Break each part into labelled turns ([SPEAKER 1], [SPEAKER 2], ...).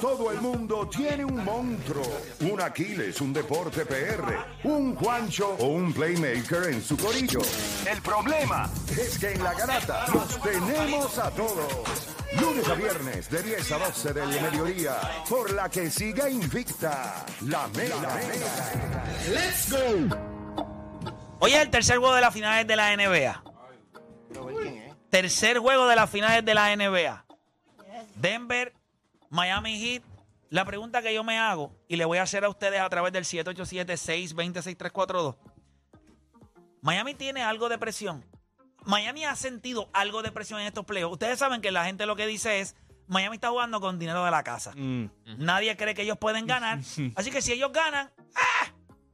[SPEAKER 1] Todo el mundo tiene un monstruo, un Aquiles, un deporte PR, un Juancho o un Playmaker en su corillo. El problema es que en la garata los tenemos a todos. Lunes a viernes de 10 a 12 del mediodía, por la que siga invicta la mela.
[SPEAKER 2] Let's go.
[SPEAKER 3] Hoy es el tercer juego de las finales de la NBA. Tercer juego de las finales de la NBA. Denver, Miami Heat. La pregunta que yo me hago y le voy a hacer a ustedes a través del 787-626-342. Miami tiene algo de presión. Miami ha sentido algo de presión en estos playoffs. Ustedes saben que la gente lo que dice es, Miami está jugando con dinero de la casa. Nadie cree que ellos pueden ganar. Así que si ellos ganan, ¡ah!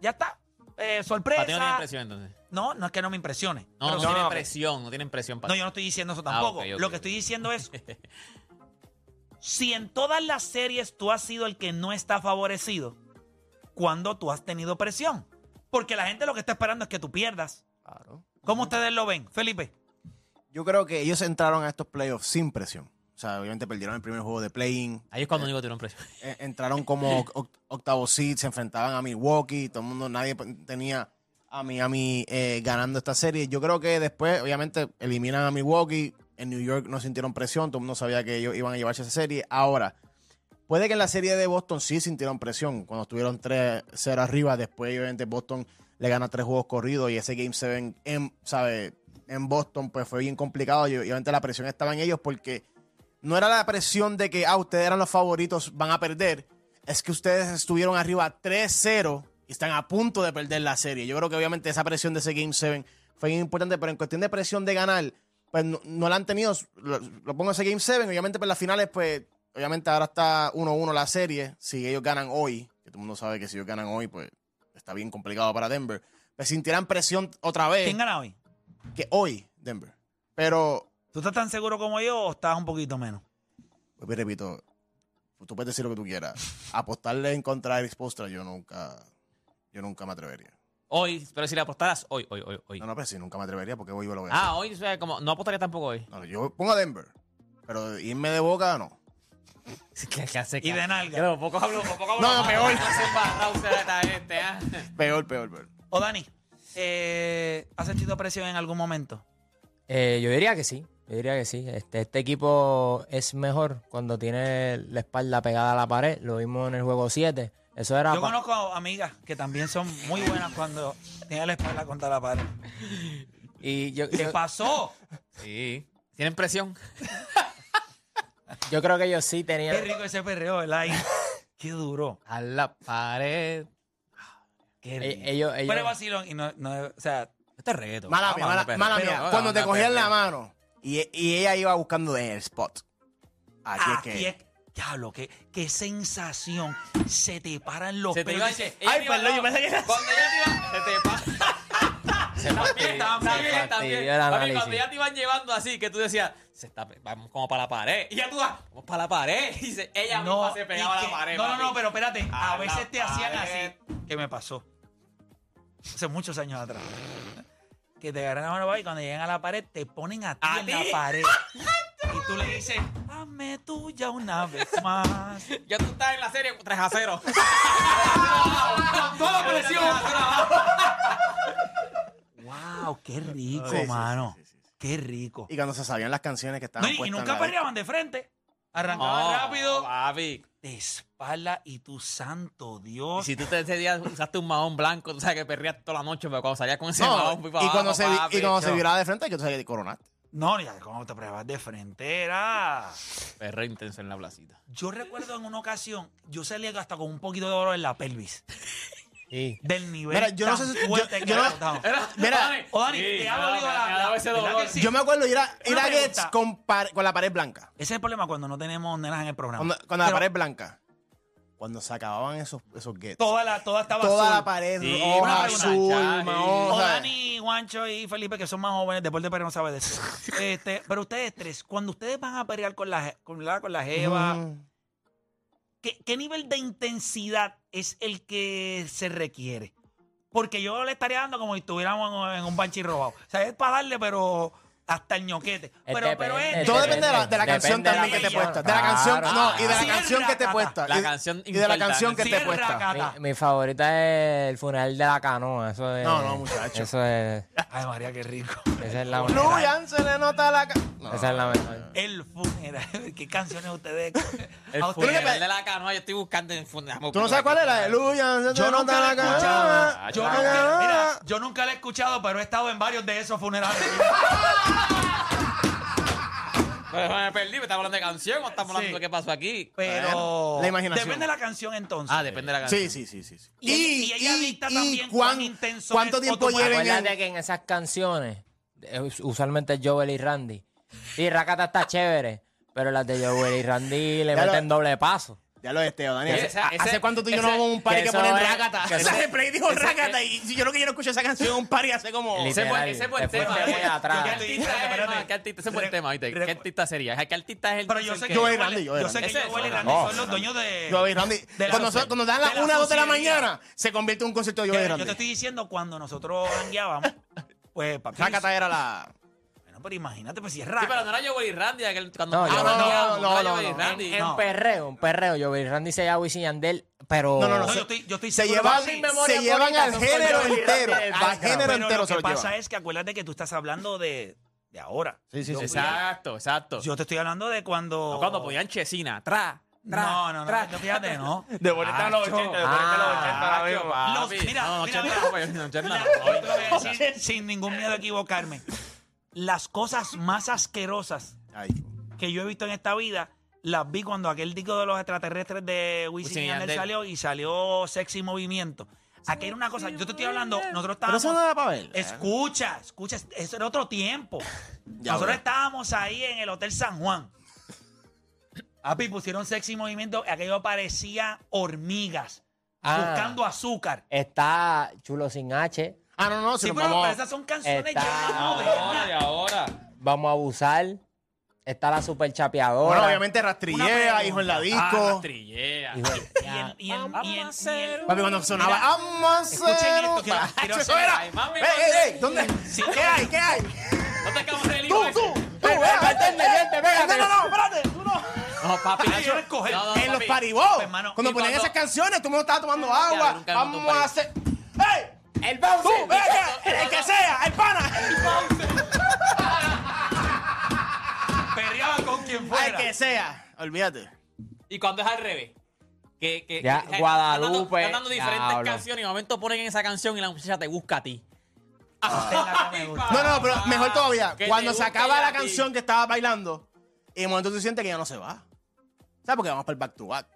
[SPEAKER 3] ya está. Eh, sorpresa.
[SPEAKER 4] Para ti no tienen presión entonces.
[SPEAKER 3] No, no es que no me impresione.
[SPEAKER 4] No,
[SPEAKER 3] Pero
[SPEAKER 4] no,
[SPEAKER 3] sí-
[SPEAKER 4] tienen presión, no tienen presión para
[SPEAKER 3] no, yo no estoy diciendo eso tampoco.
[SPEAKER 4] ok, ok,
[SPEAKER 3] Lo que
[SPEAKER 4] ok.
[SPEAKER 3] estoy diciendo es, si en todas las series tú has sido el que no está favorecido, cuando tú has tenido presión? Porque la gente lo que está esperando es que tú pierdas.
[SPEAKER 5] Claro.
[SPEAKER 3] ¿Cómo ustedes lo ven, Felipe?
[SPEAKER 5] Yo creo que ellos entraron a estos playoffs sin presión. O sea, obviamente perdieron el primer juego de playing.
[SPEAKER 4] Ahí es cuando digo tuvieron presión.
[SPEAKER 5] eh, entraron como oc- octavo seed, se enfrentaban a Milwaukee, todo el mundo, nadie p- tenía a Miami eh, ganando esta serie. Yo creo que después, obviamente, eliminan a Milwaukee, en New York no sintieron presión, todo el mundo sabía que ellos iban a llevarse esa serie. Ahora, puede que en la serie de Boston sí sintieron presión, cuando estuvieron 3-0 arriba, después obviamente Boston le gana tres juegos corridos y ese Game 7 en, ¿sabe? en Boston pues fue bien complicado y obviamente la presión estaba en ellos porque no era la presión de que, ah, ustedes eran los favoritos, van a perder. Es que ustedes estuvieron arriba 3-0 y están a punto de perder la serie. Yo creo que obviamente esa presión de ese Game 7 fue bien importante, pero en cuestión de presión de ganar, pues no, no la han tenido. Lo, lo pongo ese Game 7, obviamente para las finales, pues obviamente ahora está 1-1 la serie. Si ellos ganan hoy, que todo el mundo sabe que si ellos ganan hoy, pues está bien complicado para Denver. Pues sentirán presión otra vez
[SPEAKER 4] Eh.
[SPEAKER 3] ¿Quién gana hoy?
[SPEAKER 5] que hoy, Denver. Pero
[SPEAKER 3] ¿Tú estás tan seguro como yo o estás un poquito menos?
[SPEAKER 5] Vuelvo y repito, Pues tú puedes decir lo que tú quieras. Apostarle en contra de Eric Spoelstra, yo nunca, yo nunca me atrevería.
[SPEAKER 4] Hoy, pero si le apostaras hoy, hoy, hoy, hoy.
[SPEAKER 5] No, pues. no, pero sí, nunca me atrevería porque hoy yo lo voy a hacer.
[SPEAKER 4] ah, hoy, o sea, como, no apostaría tampoco hoy.
[SPEAKER 5] No, no, yo pongo a Denver, pero irme de boca, no.
[SPEAKER 4] ¿Qué, qué hace,
[SPEAKER 3] Y de nalga.
[SPEAKER 4] Pero poco hablo, poco hablo.
[SPEAKER 5] No, no,
[SPEAKER 4] mal.
[SPEAKER 5] peor.
[SPEAKER 4] No se embarra usted esta gente, ah.
[SPEAKER 5] Peor, peor, peor.
[SPEAKER 3] O Dani, eh, ¿has sentido presión en algún momento?
[SPEAKER 6] Eh, yo diría que sí, yo diría que sí. Este, este equipo es mejor cuando tiene la espalda pegada a la pared. Lo vimos en el juego 7. Eso era
[SPEAKER 3] Yo
[SPEAKER 6] Ah, pa-
[SPEAKER 3] conozco amigas que también son muy buenas cuando tienen la espalda contra la pared.
[SPEAKER 6] y yo,
[SPEAKER 3] ¿Qué
[SPEAKER 6] yo-
[SPEAKER 3] pasó?
[SPEAKER 4] Sí. Tienen presión.
[SPEAKER 6] yo creo que ellos sí
[SPEAKER 3] Qué
[SPEAKER 6] tenían.
[SPEAKER 3] rico ese perreo, ¿verdad? Y- Qué duro.
[SPEAKER 4] A la pared.
[SPEAKER 3] Qué
[SPEAKER 6] e-
[SPEAKER 3] rico.
[SPEAKER 6] ellos, ellos-
[SPEAKER 3] Pero es vacilón y no, no- o sea,
[SPEAKER 4] Este reto.
[SPEAKER 3] Ah,
[SPEAKER 5] Mala
[SPEAKER 4] Vamos,
[SPEAKER 5] mía, mala,
[SPEAKER 4] perro.
[SPEAKER 5] mala
[SPEAKER 4] Pero,
[SPEAKER 5] mía.
[SPEAKER 4] vamos,
[SPEAKER 5] Cuando te
[SPEAKER 4] anda,
[SPEAKER 5] cogían la
[SPEAKER 4] perro.
[SPEAKER 5] mano y, y ella iba buscando de el spot. Aquí es
[SPEAKER 3] aquí
[SPEAKER 5] que.
[SPEAKER 3] es, diablo, qué, qué sensación. Se te paran los
[SPEAKER 4] Se te iba
[SPEAKER 3] pelos.
[SPEAKER 4] a
[SPEAKER 3] y dices,
[SPEAKER 4] decir.
[SPEAKER 3] Ay, perdón, yo pensé que era
[SPEAKER 4] Cuando ella te iba. Se te pa-
[SPEAKER 6] se
[SPEAKER 4] También, también,
[SPEAKER 6] fastidió
[SPEAKER 4] también.
[SPEAKER 6] el
[SPEAKER 4] Papi,
[SPEAKER 6] análisis.
[SPEAKER 4] cuando ya te iban llevando así, que tú decías, se está, vamos como para la pared. Y ya tú vas, vamos para la pared. Y se- ella misma se pegaba
[SPEAKER 3] y
[SPEAKER 4] a
[SPEAKER 3] que-
[SPEAKER 4] la pared.
[SPEAKER 3] No, no,
[SPEAKER 4] papi.
[SPEAKER 3] no, pero espérate. A,
[SPEAKER 4] A la
[SPEAKER 3] veces te hacían
[SPEAKER 4] pared.
[SPEAKER 3] así. ¿Qué me pasó? Hace muchos años atrás. Que te agarran la mano y cuando llegan a la pared te ponen a ti
[SPEAKER 4] ¿A
[SPEAKER 3] en
[SPEAKER 4] ti?
[SPEAKER 3] la pared. y tú le dices, hazme tuya una vez más.
[SPEAKER 4] Ya tú estás en la serie 3 a 0.
[SPEAKER 3] ¡Toda la presión! ¡Wow! ¡Qué rico, mano! ¡Qué rico!
[SPEAKER 5] Y cuando se sabían las canciones
[SPEAKER 3] No,
[SPEAKER 5] que estaban.
[SPEAKER 3] y- y,
[SPEAKER 5] puestas en
[SPEAKER 3] nunca
[SPEAKER 5] la-
[SPEAKER 3] perreaban de frente. Arrancaban rápido,
[SPEAKER 4] Papi.
[SPEAKER 3] de espalda y tu santo
[SPEAKER 4] Y
[SPEAKER 3] Dios.
[SPEAKER 4] si tú te, ese día usaste un mahón blanco, tú sabes que perrías toda la noche, pero cuando salías con ese mahón,
[SPEAKER 5] No,
[SPEAKER 4] fui
[SPEAKER 5] y
[SPEAKER 4] para abajo,
[SPEAKER 5] cuando, se, vi-
[SPEAKER 4] papi,
[SPEAKER 5] y cuando se
[SPEAKER 4] yo,
[SPEAKER 5] viraba de frente, yo te sabía que coronaste.
[SPEAKER 3] No, ya como te pruebas de frente era.
[SPEAKER 4] Perreo intenso en la placita.
[SPEAKER 3] Yo recuerdo en una ocasión, yo salí hasta con un poquito de oro en la pelvis.
[SPEAKER 6] Sí.
[SPEAKER 3] Del nivel
[SPEAKER 5] Mira, yo no
[SPEAKER 3] tan
[SPEAKER 5] sé si- yo-
[SPEAKER 3] fuerte que
[SPEAKER 5] yo no-
[SPEAKER 3] era botado.
[SPEAKER 5] Mira,
[SPEAKER 3] O Dani, te ha
[SPEAKER 4] me ha
[SPEAKER 3] dolido
[SPEAKER 4] dado-
[SPEAKER 3] la-
[SPEAKER 4] me ha dado ese
[SPEAKER 3] ¿verdad
[SPEAKER 4] dolor.
[SPEAKER 3] que sí?
[SPEAKER 5] Yo me acuerdo ir a, ir
[SPEAKER 3] Una
[SPEAKER 5] a Gets
[SPEAKER 3] pregunta.
[SPEAKER 5] con, par- con la pared blanca.
[SPEAKER 3] Ese es el problema cuando no tenemos nenas en el programa.
[SPEAKER 5] Cuando, cuando la
[SPEAKER 3] Pero
[SPEAKER 5] pared blanca. Cuando se acababan esos, esos gets.
[SPEAKER 3] Toda, la, toda estaba
[SPEAKER 5] Toda
[SPEAKER 3] azul.
[SPEAKER 5] la pared
[SPEAKER 4] Sí,
[SPEAKER 5] roja,
[SPEAKER 3] una pregunta.
[SPEAKER 5] azul,
[SPEAKER 4] Ya,
[SPEAKER 5] mahón,
[SPEAKER 3] O
[SPEAKER 5] o sea,
[SPEAKER 3] Dani, Juancho y Felipe, que son más jóvenes, deporte pero no sabe de eso. Este, pero ustedes tres, cuando ustedes van a pelear con la, je- con la, con la jeva,
[SPEAKER 5] mm,
[SPEAKER 3] ¿qué, qué nivel de intensidad es el que se requiere? Porque yo le estaría dando como si estuviéramos en, en un banchi robado. O sea, es para darle, pero hasta el ñoquete. Pero, pero
[SPEAKER 6] depende,
[SPEAKER 3] es.
[SPEAKER 5] Todo depende de la, de la
[SPEAKER 6] Depende
[SPEAKER 5] canción
[SPEAKER 6] de la
[SPEAKER 5] también que te he
[SPEAKER 3] canción.
[SPEAKER 5] puesto. De la canción,
[SPEAKER 6] Claro.
[SPEAKER 5] no, y de la
[SPEAKER 3] Sí, el
[SPEAKER 5] canción que te he
[SPEAKER 3] racata.
[SPEAKER 5] puesto.
[SPEAKER 4] La
[SPEAKER 5] y-
[SPEAKER 4] canción
[SPEAKER 5] y de la
[SPEAKER 4] importa.
[SPEAKER 5] canción que
[SPEAKER 3] Sí,
[SPEAKER 5] te he
[SPEAKER 3] el
[SPEAKER 5] puesto.
[SPEAKER 3] racata.
[SPEAKER 6] Mi, mi favorita es el funeral de la canoa. Eso es,
[SPEAKER 5] No, no, muchacho.
[SPEAKER 6] Eso es.
[SPEAKER 3] Ay, María, qué rico.
[SPEAKER 6] Esa es la mejor.
[SPEAKER 5] Luyan se le nota la. ca- No.
[SPEAKER 6] Esa es la mejor.
[SPEAKER 3] El funeral. ¿Qué canciones ustedes?
[SPEAKER 4] El
[SPEAKER 3] a ustedes-
[SPEAKER 4] funeral de la canoa, yo estoy buscando en funeral.
[SPEAKER 5] ¿Tú no sabes cuál es la de Luyan se te
[SPEAKER 3] Yo nunca la
[SPEAKER 5] nota
[SPEAKER 3] he
[SPEAKER 5] la
[SPEAKER 3] escuchado.
[SPEAKER 5] cara?
[SPEAKER 3] Yo
[SPEAKER 5] La
[SPEAKER 3] nunca,
[SPEAKER 5] cara.
[SPEAKER 3] mira, yo nunca la he escuchado, pero he estado en varios de esos funerales.
[SPEAKER 4] Pero me perdí, me estamos hablando de canción o estamos hablando
[SPEAKER 3] Sí.
[SPEAKER 4] de qué pasó aquí.
[SPEAKER 3] Pero.
[SPEAKER 5] La imaginación.
[SPEAKER 3] Depende de la canción entonces.
[SPEAKER 4] Ah, depende de la canción.
[SPEAKER 5] Sí, sí, sí, sí. sí.
[SPEAKER 3] Y- y ella dicta también cuán intenso
[SPEAKER 5] cuánto
[SPEAKER 3] es
[SPEAKER 5] tiempo
[SPEAKER 3] o tu-
[SPEAKER 5] lleven en
[SPEAKER 6] Acuérdate que en esas canciones, eh, us- usualmente es Joel y Randy. Y Rakata está chévere, pero las de Joel y Randy le
[SPEAKER 5] Ya lo-
[SPEAKER 6] meten doble paso.
[SPEAKER 5] Ya lo testeo, Daniel.
[SPEAKER 4] Sí,
[SPEAKER 3] Eh,
[SPEAKER 5] Hace-
[SPEAKER 4] esa-
[SPEAKER 5] ¿Hace
[SPEAKER 4] ese-
[SPEAKER 5] cuánto tú y yo
[SPEAKER 4] ese-
[SPEAKER 5] no vamos a un party
[SPEAKER 6] que
[SPEAKER 5] que
[SPEAKER 6] eso
[SPEAKER 5] ponen
[SPEAKER 6] es-
[SPEAKER 5] Rakata?
[SPEAKER 6] que
[SPEAKER 5] Esa
[SPEAKER 6] eso-
[SPEAKER 5] replay dijo Rakata. Y si yo creo que yo no escuché esa canción en un party hace como.
[SPEAKER 4] Ese es buen-
[SPEAKER 6] Literal,
[SPEAKER 4] ese es buen
[SPEAKER 6] te fuiste
[SPEAKER 4] tema.
[SPEAKER 6] muy atrás.
[SPEAKER 4] ¿Qué artista es,
[SPEAKER 3] Espérate.
[SPEAKER 4] hermano? ¿Qué artista? Ese es buen
[SPEAKER 3] Re-
[SPEAKER 4] tema, ¿viste?
[SPEAKER 3] re-
[SPEAKER 4] ¿Qué artista sería? O sea, ¿Qué artista es el
[SPEAKER 3] Pero yo sé que
[SPEAKER 5] Yo
[SPEAKER 3] Joel-
[SPEAKER 5] era Andy, yo era
[SPEAKER 3] yo sé que
[SPEAKER 4] Ese-
[SPEAKER 3] Joel y
[SPEAKER 4] no,
[SPEAKER 3] Randy
[SPEAKER 5] no,
[SPEAKER 3] son los dueños de.
[SPEAKER 5] Joey Randy.
[SPEAKER 3] de la-
[SPEAKER 5] Cuando, son- cuando dan
[SPEAKER 3] de
[SPEAKER 5] las
[SPEAKER 3] la
[SPEAKER 5] 1 o 2 de la
[SPEAKER 3] sociedad.
[SPEAKER 5] mañana, se convierte en un concierto de
[SPEAKER 3] Yo,
[SPEAKER 5] Joey
[SPEAKER 3] yo te
[SPEAKER 5] Randy.
[SPEAKER 3] estoy diciendo, cuando nosotros jangueábamos, pues papi.
[SPEAKER 5] Rakata era la.
[SPEAKER 3] Bueno, pero imagínate, pues si es
[SPEAKER 4] Sí, pero
[SPEAKER 3] raro.
[SPEAKER 4] no era Joey Randy. aquel- Cuando
[SPEAKER 6] No, yo-
[SPEAKER 4] no,
[SPEAKER 5] no, no,
[SPEAKER 4] no,
[SPEAKER 5] no,
[SPEAKER 4] no,
[SPEAKER 5] no.
[SPEAKER 4] Randy.
[SPEAKER 6] En perreo, en perreo. Joel y Randy se llama Wisin y Yandel, pero.
[SPEAKER 5] No, no, no.
[SPEAKER 3] No,
[SPEAKER 5] se-
[SPEAKER 3] yo estoy, yo estoy
[SPEAKER 5] Se
[SPEAKER 3] seguro-
[SPEAKER 5] llevan,
[SPEAKER 3] Sí,
[SPEAKER 5] se
[SPEAKER 6] memoria
[SPEAKER 5] llevan
[SPEAKER 6] bonita,
[SPEAKER 5] al
[SPEAKER 6] son
[SPEAKER 5] género
[SPEAKER 6] Joey Randy
[SPEAKER 5] entero.
[SPEAKER 6] del
[SPEAKER 5] Al
[SPEAKER 6] background.
[SPEAKER 5] género
[SPEAKER 3] Pero
[SPEAKER 5] entero
[SPEAKER 3] lo
[SPEAKER 5] se
[SPEAKER 3] que
[SPEAKER 5] lo
[SPEAKER 3] pasa
[SPEAKER 5] llevan.
[SPEAKER 3] es que acuérdate que tú estás hablando de, de ahora.
[SPEAKER 5] Sí, sí, sí.
[SPEAKER 4] Exacto, exacto.
[SPEAKER 3] Yo te estoy hablando de cuando.
[SPEAKER 4] No, Cuando ponían Chesina, tra, tra,
[SPEAKER 3] No, no, no,
[SPEAKER 4] tra.
[SPEAKER 3] no, fíjate, no.
[SPEAKER 7] De bonita a los 80, de bonita a los 80 ahora mismo.
[SPEAKER 4] Ah,
[SPEAKER 3] Los-
[SPEAKER 4] papi.
[SPEAKER 3] mira,
[SPEAKER 4] No, no,
[SPEAKER 3] mira,
[SPEAKER 4] Chesina,
[SPEAKER 3] mira.
[SPEAKER 4] pues, no, Chesina,
[SPEAKER 3] La-
[SPEAKER 4] no.
[SPEAKER 3] yo te voy a decir sin ningún miedo a equivocarme. Las cosas más asquerosas
[SPEAKER 5] Ay.
[SPEAKER 3] que yo he visto en esta vida las vi cuando aquel disco de los extraterrestres de Wisin
[SPEAKER 4] Wisin
[SPEAKER 3] y
[SPEAKER 4] y
[SPEAKER 3] Yandel
[SPEAKER 4] Yandel.
[SPEAKER 3] salió y salió Sexy Movimiento. Aquí era una cosa, yo te estoy hablando, nosotros
[SPEAKER 5] Pero
[SPEAKER 3] estábamos...
[SPEAKER 5] eso no era para ver.
[SPEAKER 3] Escucha, escucha, eso era otro tiempo.
[SPEAKER 5] Ya
[SPEAKER 3] Nosotros
[SPEAKER 5] veo.
[SPEAKER 3] estábamos ahí en el Hotel San Juan. Api, pusieron sexy movimiento, aquello parecía hormigas
[SPEAKER 6] Ah.
[SPEAKER 3] buscando azúcar.
[SPEAKER 6] Está chulo sin H.
[SPEAKER 5] Ah, no, no,
[SPEAKER 3] Sí,
[SPEAKER 5] si nos
[SPEAKER 3] pero,
[SPEAKER 5] vamos.
[SPEAKER 3] pero esas son canciones
[SPEAKER 6] Está-
[SPEAKER 3] ya
[SPEAKER 4] Ahora,
[SPEAKER 3] modernas.
[SPEAKER 4] de ahora.
[SPEAKER 6] Vamos a abusar. Está la super chapeadora.
[SPEAKER 5] Bueno, obviamente
[SPEAKER 3] Una
[SPEAKER 5] rastrillea,
[SPEAKER 3] pregunta.
[SPEAKER 5] hijo en la
[SPEAKER 4] Ah,
[SPEAKER 5] disco.
[SPEAKER 4] rastrillea.
[SPEAKER 6] Hijo de-
[SPEAKER 3] Y el- y el- y el- y el-
[SPEAKER 5] Papi, cuando sonaba Vamos
[SPEAKER 3] Escuchen esto, quiero- quiero
[SPEAKER 5] Eso
[SPEAKER 3] hacer-
[SPEAKER 5] era.
[SPEAKER 4] Ay, mami,
[SPEAKER 5] Ey,
[SPEAKER 4] mami.
[SPEAKER 5] ey, ey, ¿dónde?
[SPEAKER 3] Sí,
[SPEAKER 5] ¿Qué hay? ¿Qué hay?
[SPEAKER 4] No te acabas de
[SPEAKER 5] Tú,
[SPEAKER 4] libro
[SPEAKER 5] tú,
[SPEAKER 4] ese.
[SPEAKER 5] tú, eh, vente, vente, pégate. No, no, no, espérate, tú no.
[SPEAKER 4] No, papi.
[SPEAKER 3] Eso era escoger.
[SPEAKER 4] No, no,
[SPEAKER 5] En los
[SPEAKER 4] papi.
[SPEAKER 5] paribos.
[SPEAKER 3] hermano,
[SPEAKER 5] Cuando
[SPEAKER 4] y
[SPEAKER 5] ponían
[SPEAKER 4] cuando-
[SPEAKER 5] esas canciones, tú me estabas tomando agua.
[SPEAKER 4] nunca me tocó un
[SPEAKER 5] Vamos a
[SPEAKER 4] paribó.
[SPEAKER 5] hacer. ¡Ey!
[SPEAKER 6] El
[SPEAKER 5] ¡Tú!
[SPEAKER 6] bouncer.
[SPEAKER 5] ven acá, el, el que sea, el pana.
[SPEAKER 3] Perreaban con quien
[SPEAKER 5] El
[SPEAKER 3] fuera.
[SPEAKER 5] que sea. Olvídate.
[SPEAKER 4] ¿Y cuando es al revés? Que, que,
[SPEAKER 6] Ya,
[SPEAKER 4] que-
[SPEAKER 6] Guadalupe,
[SPEAKER 4] Están dando, están dando diferentes
[SPEAKER 6] diablo.
[SPEAKER 4] canciones y de momento ponen esa canción y la muchacha te busca a ti.
[SPEAKER 5] No, no, pero mejor todavía.
[SPEAKER 4] Que te
[SPEAKER 5] Cuando se
[SPEAKER 4] busque
[SPEAKER 5] acaba
[SPEAKER 4] ya
[SPEAKER 5] la
[SPEAKER 4] a ti.
[SPEAKER 5] canción que estaba bailando, en el momento tú sientes que ya no se va. ¿Sabes? Porque vamos para el back to back.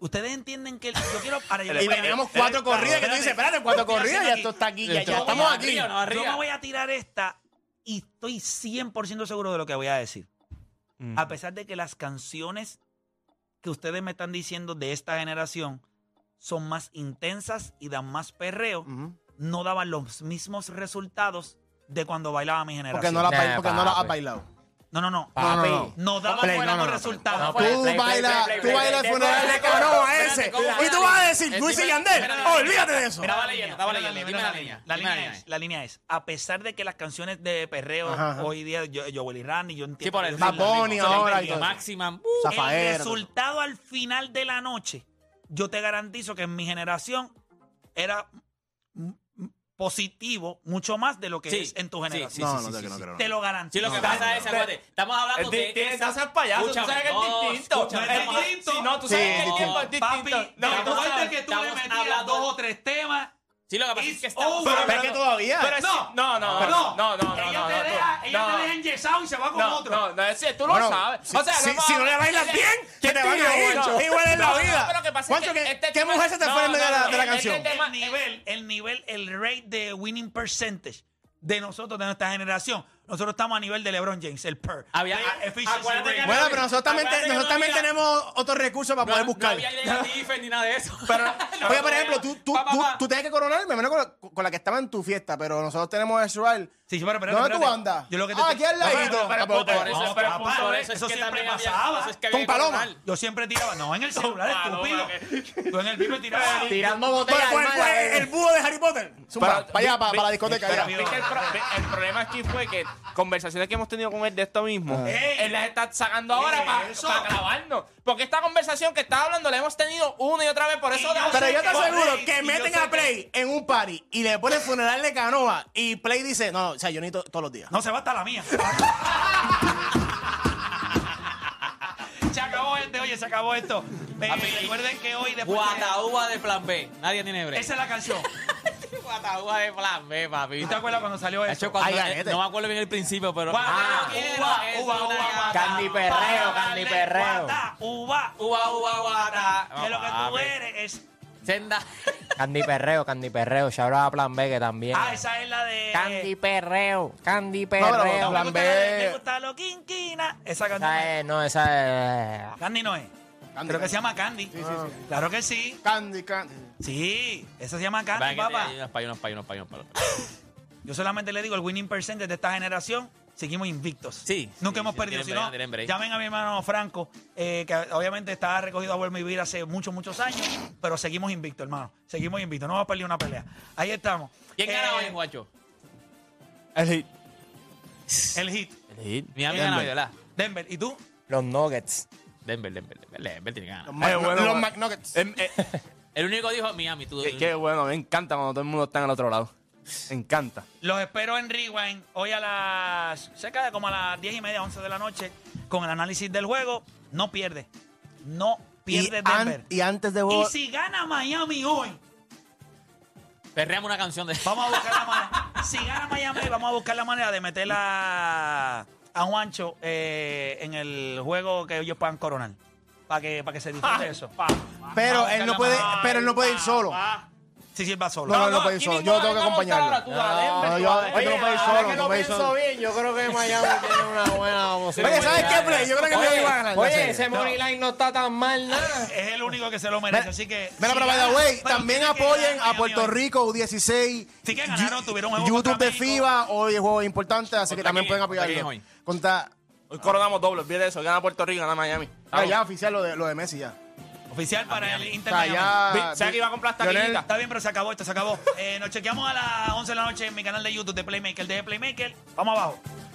[SPEAKER 3] Ustedes entienden que yo quiero. Ahora, yo,
[SPEAKER 5] Y veníamos cuatro corridas que tú dices, espérate, cuatro corridas ya esto está aquí, ya, ya
[SPEAKER 4] Yo voy
[SPEAKER 5] estamos
[SPEAKER 4] a
[SPEAKER 5] aquí.
[SPEAKER 4] Río, no, a
[SPEAKER 3] yo me
[SPEAKER 4] Río.
[SPEAKER 3] voy a tirar esta y estoy 100% seguro de lo que voy a decir. A pesar de que las canciones que ustedes me están diciendo de esta generación son más intensas y dan más perreo,
[SPEAKER 5] Ujú.
[SPEAKER 3] no daban los mismos resultados de cuando bailaba mi generación.
[SPEAKER 5] Porque no la,
[SPEAKER 6] Nah,
[SPEAKER 5] bail- porque no la
[SPEAKER 6] papi.
[SPEAKER 5] has bailado.
[SPEAKER 3] no, no, no.
[SPEAKER 5] No, no,
[SPEAKER 6] Papi.
[SPEAKER 5] no.
[SPEAKER 3] No daban
[SPEAKER 5] Play,
[SPEAKER 3] buenos
[SPEAKER 5] no, no, no.
[SPEAKER 3] resultados.
[SPEAKER 6] No,
[SPEAKER 5] Tú
[SPEAKER 6] Play, play, play,
[SPEAKER 5] bailas
[SPEAKER 6] play,
[SPEAKER 5] tú
[SPEAKER 6] play,
[SPEAKER 5] bailas el
[SPEAKER 6] play,
[SPEAKER 5] funeral de
[SPEAKER 6] play,
[SPEAKER 5] Canoa
[SPEAKER 4] play, play,
[SPEAKER 5] ese. Y tú
[SPEAKER 4] play,
[SPEAKER 5] vas a
[SPEAKER 4] play,
[SPEAKER 5] decir,
[SPEAKER 4] play,
[SPEAKER 5] Luis y
[SPEAKER 4] play,
[SPEAKER 5] Yandel,
[SPEAKER 4] play, play,
[SPEAKER 5] olvídate de eso.
[SPEAKER 4] Mira, Estaba leyendo, estaba
[SPEAKER 3] Mira la línea,
[SPEAKER 4] leyendo. Dime la
[SPEAKER 3] mira
[SPEAKER 4] línea,
[SPEAKER 3] La
[SPEAKER 4] dime la
[SPEAKER 3] línea es,
[SPEAKER 4] línea.
[SPEAKER 3] la línea es, a pesar de que las canciones de perreo
[SPEAKER 5] Ajá, ajá.
[SPEAKER 3] hoy día, yo, yo Willy Randy, yo entiendo.
[SPEAKER 4] Sí, por el
[SPEAKER 3] yo
[SPEAKER 5] Bad
[SPEAKER 3] entiendo lo
[SPEAKER 5] Bunny
[SPEAKER 3] mismo.
[SPEAKER 5] ahora y
[SPEAKER 4] y
[SPEAKER 5] todo eso.
[SPEAKER 4] Máxima.
[SPEAKER 5] Zafaera,
[SPEAKER 3] El resultado al final de la noche, yo te garantizo que en mi generación era m- m- positivo mucho más de lo que
[SPEAKER 4] Sí,
[SPEAKER 3] es en tu
[SPEAKER 4] sí,
[SPEAKER 3] generación.
[SPEAKER 4] sí,
[SPEAKER 5] No,
[SPEAKER 4] sí,
[SPEAKER 5] no,
[SPEAKER 4] sí,
[SPEAKER 5] no, no,
[SPEAKER 4] sí.
[SPEAKER 5] no.
[SPEAKER 3] Te lo
[SPEAKER 4] Sí,
[SPEAKER 3] garantizo.
[SPEAKER 4] lo que pasa es, acuérdate, estamos hablando
[SPEAKER 7] Es
[SPEAKER 4] de
[SPEAKER 7] distinto,
[SPEAKER 4] esa-
[SPEAKER 7] no seas payaso, tú
[SPEAKER 4] Escúchame,
[SPEAKER 7] sabes que
[SPEAKER 4] no,
[SPEAKER 7] es distinto.
[SPEAKER 4] escúchame,
[SPEAKER 7] Es
[SPEAKER 4] estamos-
[SPEAKER 7] distinto.
[SPEAKER 4] sí,
[SPEAKER 7] no, tú sabes que
[SPEAKER 4] sí,
[SPEAKER 7] el tiempo es
[SPEAKER 4] sí.
[SPEAKER 3] Papi,
[SPEAKER 7] distinto. No,
[SPEAKER 4] ya
[SPEAKER 3] después
[SPEAKER 7] tú
[SPEAKER 4] estamos-
[SPEAKER 7] sabes.
[SPEAKER 3] de que tú le
[SPEAKER 4] estamos
[SPEAKER 3] metías
[SPEAKER 4] hablando-
[SPEAKER 3] dos o tres temas,
[SPEAKER 4] Sí, lo que pasa es
[SPEAKER 3] It's
[SPEAKER 4] que estamos
[SPEAKER 3] over.
[SPEAKER 5] Pero,
[SPEAKER 4] hablando-
[SPEAKER 5] es que todavía.
[SPEAKER 7] Pero es-
[SPEAKER 3] No,
[SPEAKER 7] no, no,
[SPEAKER 3] no,
[SPEAKER 7] no, no, no, no,
[SPEAKER 3] ella
[SPEAKER 7] no,
[SPEAKER 3] te
[SPEAKER 7] tú-
[SPEAKER 3] deja, ella
[SPEAKER 7] no.
[SPEAKER 3] te deja enyesado y se va con
[SPEAKER 7] No,
[SPEAKER 3] otro.
[SPEAKER 7] no, no, es cierto, tú lo
[SPEAKER 5] Bueno,
[SPEAKER 7] sabes.
[SPEAKER 5] si-
[SPEAKER 7] O sea,
[SPEAKER 5] si- si no le bailas bien,
[SPEAKER 7] ¿qué
[SPEAKER 5] que te van
[SPEAKER 7] tío,
[SPEAKER 5] a ir.
[SPEAKER 7] bueno?
[SPEAKER 5] Igual en la
[SPEAKER 7] No, no,
[SPEAKER 5] vida.
[SPEAKER 7] pero lo que pasa es
[SPEAKER 5] Juancho,
[SPEAKER 7] que
[SPEAKER 5] ¿qué-
[SPEAKER 7] este
[SPEAKER 5] qué
[SPEAKER 7] tema-
[SPEAKER 5] mujer se te fue en medio de la- de la
[SPEAKER 7] este
[SPEAKER 5] canción?
[SPEAKER 7] tema-
[SPEAKER 3] el nivel, el nivel, el rate de winning percentage de nosotros, de nuestra generación. Nosotros estamos a nivel de LeBron James, el PER.
[SPEAKER 4] Había-
[SPEAKER 3] Play
[SPEAKER 4] a-
[SPEAKER 3] efficiency
[SPEAKER 4] acuérdate
[SPEAKER 3] rate.
[SPEAKER 4] que-
[SPEAKER 5] Bueno, pero nosotros también,
[SPEAKER 4] Acuérdate que
[SPEAKER 5] nosotros
[SPEAKER 4] no
[SPEAKER 5] también
[SPEAKER 4] había-
[SPEAKER 5] tenemos otros recursos para poder
[SPEAKER 4] no,
[SPEAKER 5] buscar.
[SPEAKER 4] No había negativo ni nada de eso.
[SPEAKER 5] Pero, oye, por ejemplo, tú, tú,
[SPEAKER 4] Pa, pa,
[SPEAKER 5] tú,
[SPEAKER 4] pa.
[SPEAKER 5] tú tenías que coronar, me imagino con la, con la que estaba en tu fiesta, pero nosotros tenemos el Shural.
[SPEAKER 3] Sí, pero espérate,
[SPEAKER 5] ¿Dónde tú
[SPEAKER 3] espérate.
[SPEAKER 5] andas?
[SPEAKER 3] Yo lo que te
[SPEAKER 5] ah,
[SPEAKER 3] estoy-
[SPEAKER 5] aquí al
[SPEAKER 3] No,
[SPEAKER 7] pero-
[SPEAKER 5] ladito.
[SPEAKER 7] pero-
[SPEAKER 5] Ah, pues,
[SPEAKER 7] pero-
[SPEAKER 5] por eso-
[SPEAKER 3] No,
[SPEAKER 7] pero
[SPEAKER 3] papá,
[SPEAKER 7] punto,
[SPEAKER 3] por
[SPEAKER 7] ¿eh?
[SPEAKER 3] eso
[SPEAKER 4] Es
[SPEAKER 3] eso
[SPEAKER 4] que
[SPEAKER 3] siempre
[SPEAKER 4] también había-
[SPEAKER 3] pasaba.
[SPEAKER 4] eso es que
[SPEAKER 5] Con
[SPEAKER 4] había que
[SPEAKER 5] paloma.
[SPEAKER 4] coronar.
[SPEAKER 3] Yo siempre tiraba, no en el celular,
[SPEAKER 7] Paloma,
[SPEAKER 3] estúpido. Tú en el pipe
[SPEAKER 4] Ah,
[SPEAKER 3] tirabas.
[SPEAKER 6] Tirando
[SPEAKER 5] ¿Cuál
[SPEAKER 6] botellas.
[SPEAKER 5] fue-
[SPEAKER 6] al mar,
[SPEAKER 5] fue
[SPEAKER 6] la-
[SPEAKER 5] el búho de Harry Potter? Zumba,
[SPEAKER 7] Pero-
[SPEAKER 5] para allá, para,
[SPEAKER 7] vi-
[SPEAKER 5] para la discoteca.
[SPEAKER 7] Pero
[SPEAKER 5] allá.
[SPEAKER 7] viste el, pro- vi- el problema aquí fue que conversaciones que hemos tenido con él de esto mismo,
[SPEAKER 5] Ah.
[SPEAKER 7] él las está sacando ahora para grabarnos. Porque esta conversación que estaba hablando la hemos tenido una y otra vez, por eso...
[SPEAKER 5] Pero yo te aseguro que
[SPEAKER 3] y yo
[SPEAKER 5] meten
[SPEAKER 3] sé
[SPEAKER 5] a
[SPEAKER 3] que-
[SPEAKER 5] Play en un party y le ponen funeral de Canova y Play dice, no, o sea, yo necesito todos los días.
[SPEAKER 3] No se va hasta la mía. se acabó este, oye, se acabó esto. Eh, recuerden que hoy después.
[SPEAKER 4] Guataúba de plan B. Nadie tiene break.
[SPEAKER 3] Esa es la canción.
[SPEAKER 4] Guataúba de plan B, papi.
[SPEAKER 3] ¿Tú te acuerdas cuando salió
[SPEAKER 4] De
[SPEAKER 3] eso?
[SPEAKER 4] hecho, cuando-
[SPEAKER 5] Ay, ganete.
[SPEAKER 4] no me acuerdo bien el principio, pero.
[SPEAKER 3] Guata,
[SPEAKER 4] Ah,
[SPEAKER 3] yo quiero, es una gata
[SPEAKER 6] Candy
[SPEAKER 3] para
[SPEAKER 6] perreo, candy
[SPEAKER 3] darle
[SPEAKER 6] perreo.
[SPEAKER 3] guata, uva,
[SPEAKER 4] Uva, uva, guata.
[SPEAKER 3] que lo que tú
[SPEAKER 4] Papi.
[SPEAKER 3] eres es.
[SPEAKER 4] Senda.
[SPEAKER 6] Candy Perreo, Candy Perreo. Shout out a Plan B que también.
[SPEAKER 3] Ah, esa es la de.
[SPEAKER 6] Candy Perreo, Candy
[SPEAKER 5] pero- Plan
[SPEAKER 6] Perreo.
[SPEAKER 3] Plan B. ¿Te
[SPEAKER 5] B.
[SPEAKER 3] gusta lo quinquina? Esa canción.
[SPEAKER 6] Esa es, no, esa es.
[SPEAKER 3] Candy no es. Creo
[SPEAKER 5] Candy,
[SPEAKER 3] que
[SPEAKER 5] Candy.
[SPEAKER 3] se llama Candy. Ah. Claro que sí.
[SPEAKER 5] Candy, Candy.
[SPEAKER 3] Eh, Sí, esa se llama Candy,
[SPEAKER 4] Ven, que
[SPEAKER 3] papá.
[SPEAKER 4] te- unos pa' ahí, unos pa' ahí, unos pa' ahí, unos pa' ahí.
[SPEAKER 3] Yo solamente le digo el winning percentage de esta generación. Seguimos invictos.
[SPEAKER 4] Sí,
[SPEAKER 3] Nunca
[SPEAKER 4] sí,
[SPEAKER 3] hemos
[SPEAKER 4] sí,
[SPEAKER 3] perdido.
[SPEAKER 4] tienen
[SPEAKER 3] Si
[SPEAKER 4] break,
[SPEAKER 3] no,
[SPEAKER 4] tienen break.
[SPEAKER 3] llamen a mi hermano Franco, eh, que obviamente está recogido a vuelvo y vivir hace muchos, muchos años, pero seguimos invictos, hermano. Seguimos invictos. No hemos perdido una pelea. Ahí estamos.
[SPEAKER 4] ¿Quién
[SPEAKER 3] Eh,
[SPEAKER 4] gana hoy, guacho?
[SPEAKER 7] El hit.
[SPEAKER 3] El hit.
[SPEAKER 7] El hit.
[SPEAKER 4] Miami gana hoy, ¿verdad?
[SPEAKER 3] Denver. ¿Y tú?
[SPEAKER 6] Los Nuggets.
[SPEAKER 4] Denver, Denver, Denver, Denver tiene que ganar.
[SPEAKER 5] Los Mac-
[SPEAKER 7] bueno,
[SPEAKER 5] los
[SPEAKER 7] bueno.
[SPEAKER 5] McNuggets.
[SPEAKER 7] Em, eh,
[SPEAKER 4] El único que dijo Miami, tú.
[SPEAKER 7] qué, qué bueno, me encanta cuando todo el mundo está en el otro lado. Me encanta.
[SPEAKER 3] Los espero en Rewind hoy a las cerca de como a las 10 y media, 11 de la noche, con el análisis del juego. No pierde. No
[SPEAKER 5] Y,
[SPEAKER 3] pierde
[SPEAKER 5] an-
[SPEAKER 3] Denver.
[SPEAKER 5] y antes de
[SPEAKER 3] y
[SPEAKER 5] juego,
[SPEAKER 3] si gana Miami hoy,
[SPEAKER 4] Perreamos una canción de.
[SPEAKER 3] Vamos a buscar la manera. Si gana Miami, vamos a buscar la manera de meter a, a Juancho eh, en el juego que ellos puedan coronar. Para que, para que se disfrute eso.
[SPEAKER 5] pero él no puede, pero él no puede ir solo.
[SPEAKER 3] Si sí, él va solo.
[SPEAKER 5] No, no, no puede ir
[SPEAKER 7] aquí
[SPEAKER 5] solo.
[SPEAKER 7] mismo
[SPEAKER 5] Yo tengo que
[SPEAKER 7] vamos a montar ahora, tú
[SPEAKER 5] acompañarlo.
[SPEAKER 7] a Denver,
[SPEAKER 5] No,
[SPEAKER 7] tú
[SPEAKER 5] yo-
[SPEAKER 7] a Denver.
[SPEAKER 5] yo no puedo ir
[SPEAKER 7] Oye,
[SPEAKER 5] solo,
[SPEAKER 7] ahora que
[SPEAKER 5] no
[SPEAKER 7] lo
[SPEAKER 5] puedo ir solo.
[SPEAKER 6] bien, yo creo que Miami tiene una buena opción.
[SPEAKER 5] Oye, ¿sabes qué, Play? Yo creo que Miami va a ganar.
[SPEAKER 6] Oye,
[SPEAKER 5] la serie.
[SPEAKER 6] ese money line no está tan mal, nada.
[SPEAKER 3] Es el único que se lo merece. Así que.
[SPEAKER 5] Mira,
[SPEAKER 3] si
[SPEAKER 5] pero by
[SPEAKER 3] gana-
[SPEAKER 5] the way,
[SPEAKER 3] pero
[SPEAKER 5] también
[SPEAKER 3] tiene que
[SPEAKER 5] apoyen
[SPEAKER 3] ganar
[SPEAKER 5] a
[SPEAKER 3] Miami
[SPEAKER 5] Puerto
[SPEAKER 3] hoy.
[SPEAKER 5] Rico U16.
[SPEAKER 3] Sí que ganaron,
[SPEAKER 5] Yu-
[SPEAKER 3] tuvieron juego
[SPEAKER 5] YouTube
[SPEAKER 3] contra
[SPEAKER 5] de
[SPEAKER 3] México.
[SPEAKER 5] FIBA, hoy es juego importante, así que
[SPEAKER 4] ¿Contra
[SPEAKER 5] también
[SPEAKER 4] quién?
[SPEAKER 5] pueden
[SPEAKER 4] ¿Contra quién
[SPEAKER 5] apoyarlo. Contra.
[SPEAKER 7] Hoy coronamos doble, olvídate eso. Gana Puerto Rico, gana Miami.
[SPEAKER 5] Ah, ya oficial lo de, lo de Messi ya.
[SPEAKER 3] Oficial para el
[SPEAKER 5] O
[SPEAKER 3] Inter.
[SPEAKER 5] sea,
[SPEAKER 3] Miami.
[SPEAKER 5] ya.
[SPEAKER 7] Vi- sé que iba a comprar hasta
[SPEAKER 5] Lionel,
[SPEAKER 7] quinita.
[SPEAKER 3] Está bien, pero se acabó esto, se acabó. Eh, nos chequeamos a las 11 de la noche en mi canal de YouTube de Playmaker. De Playmaker, vamos abajo.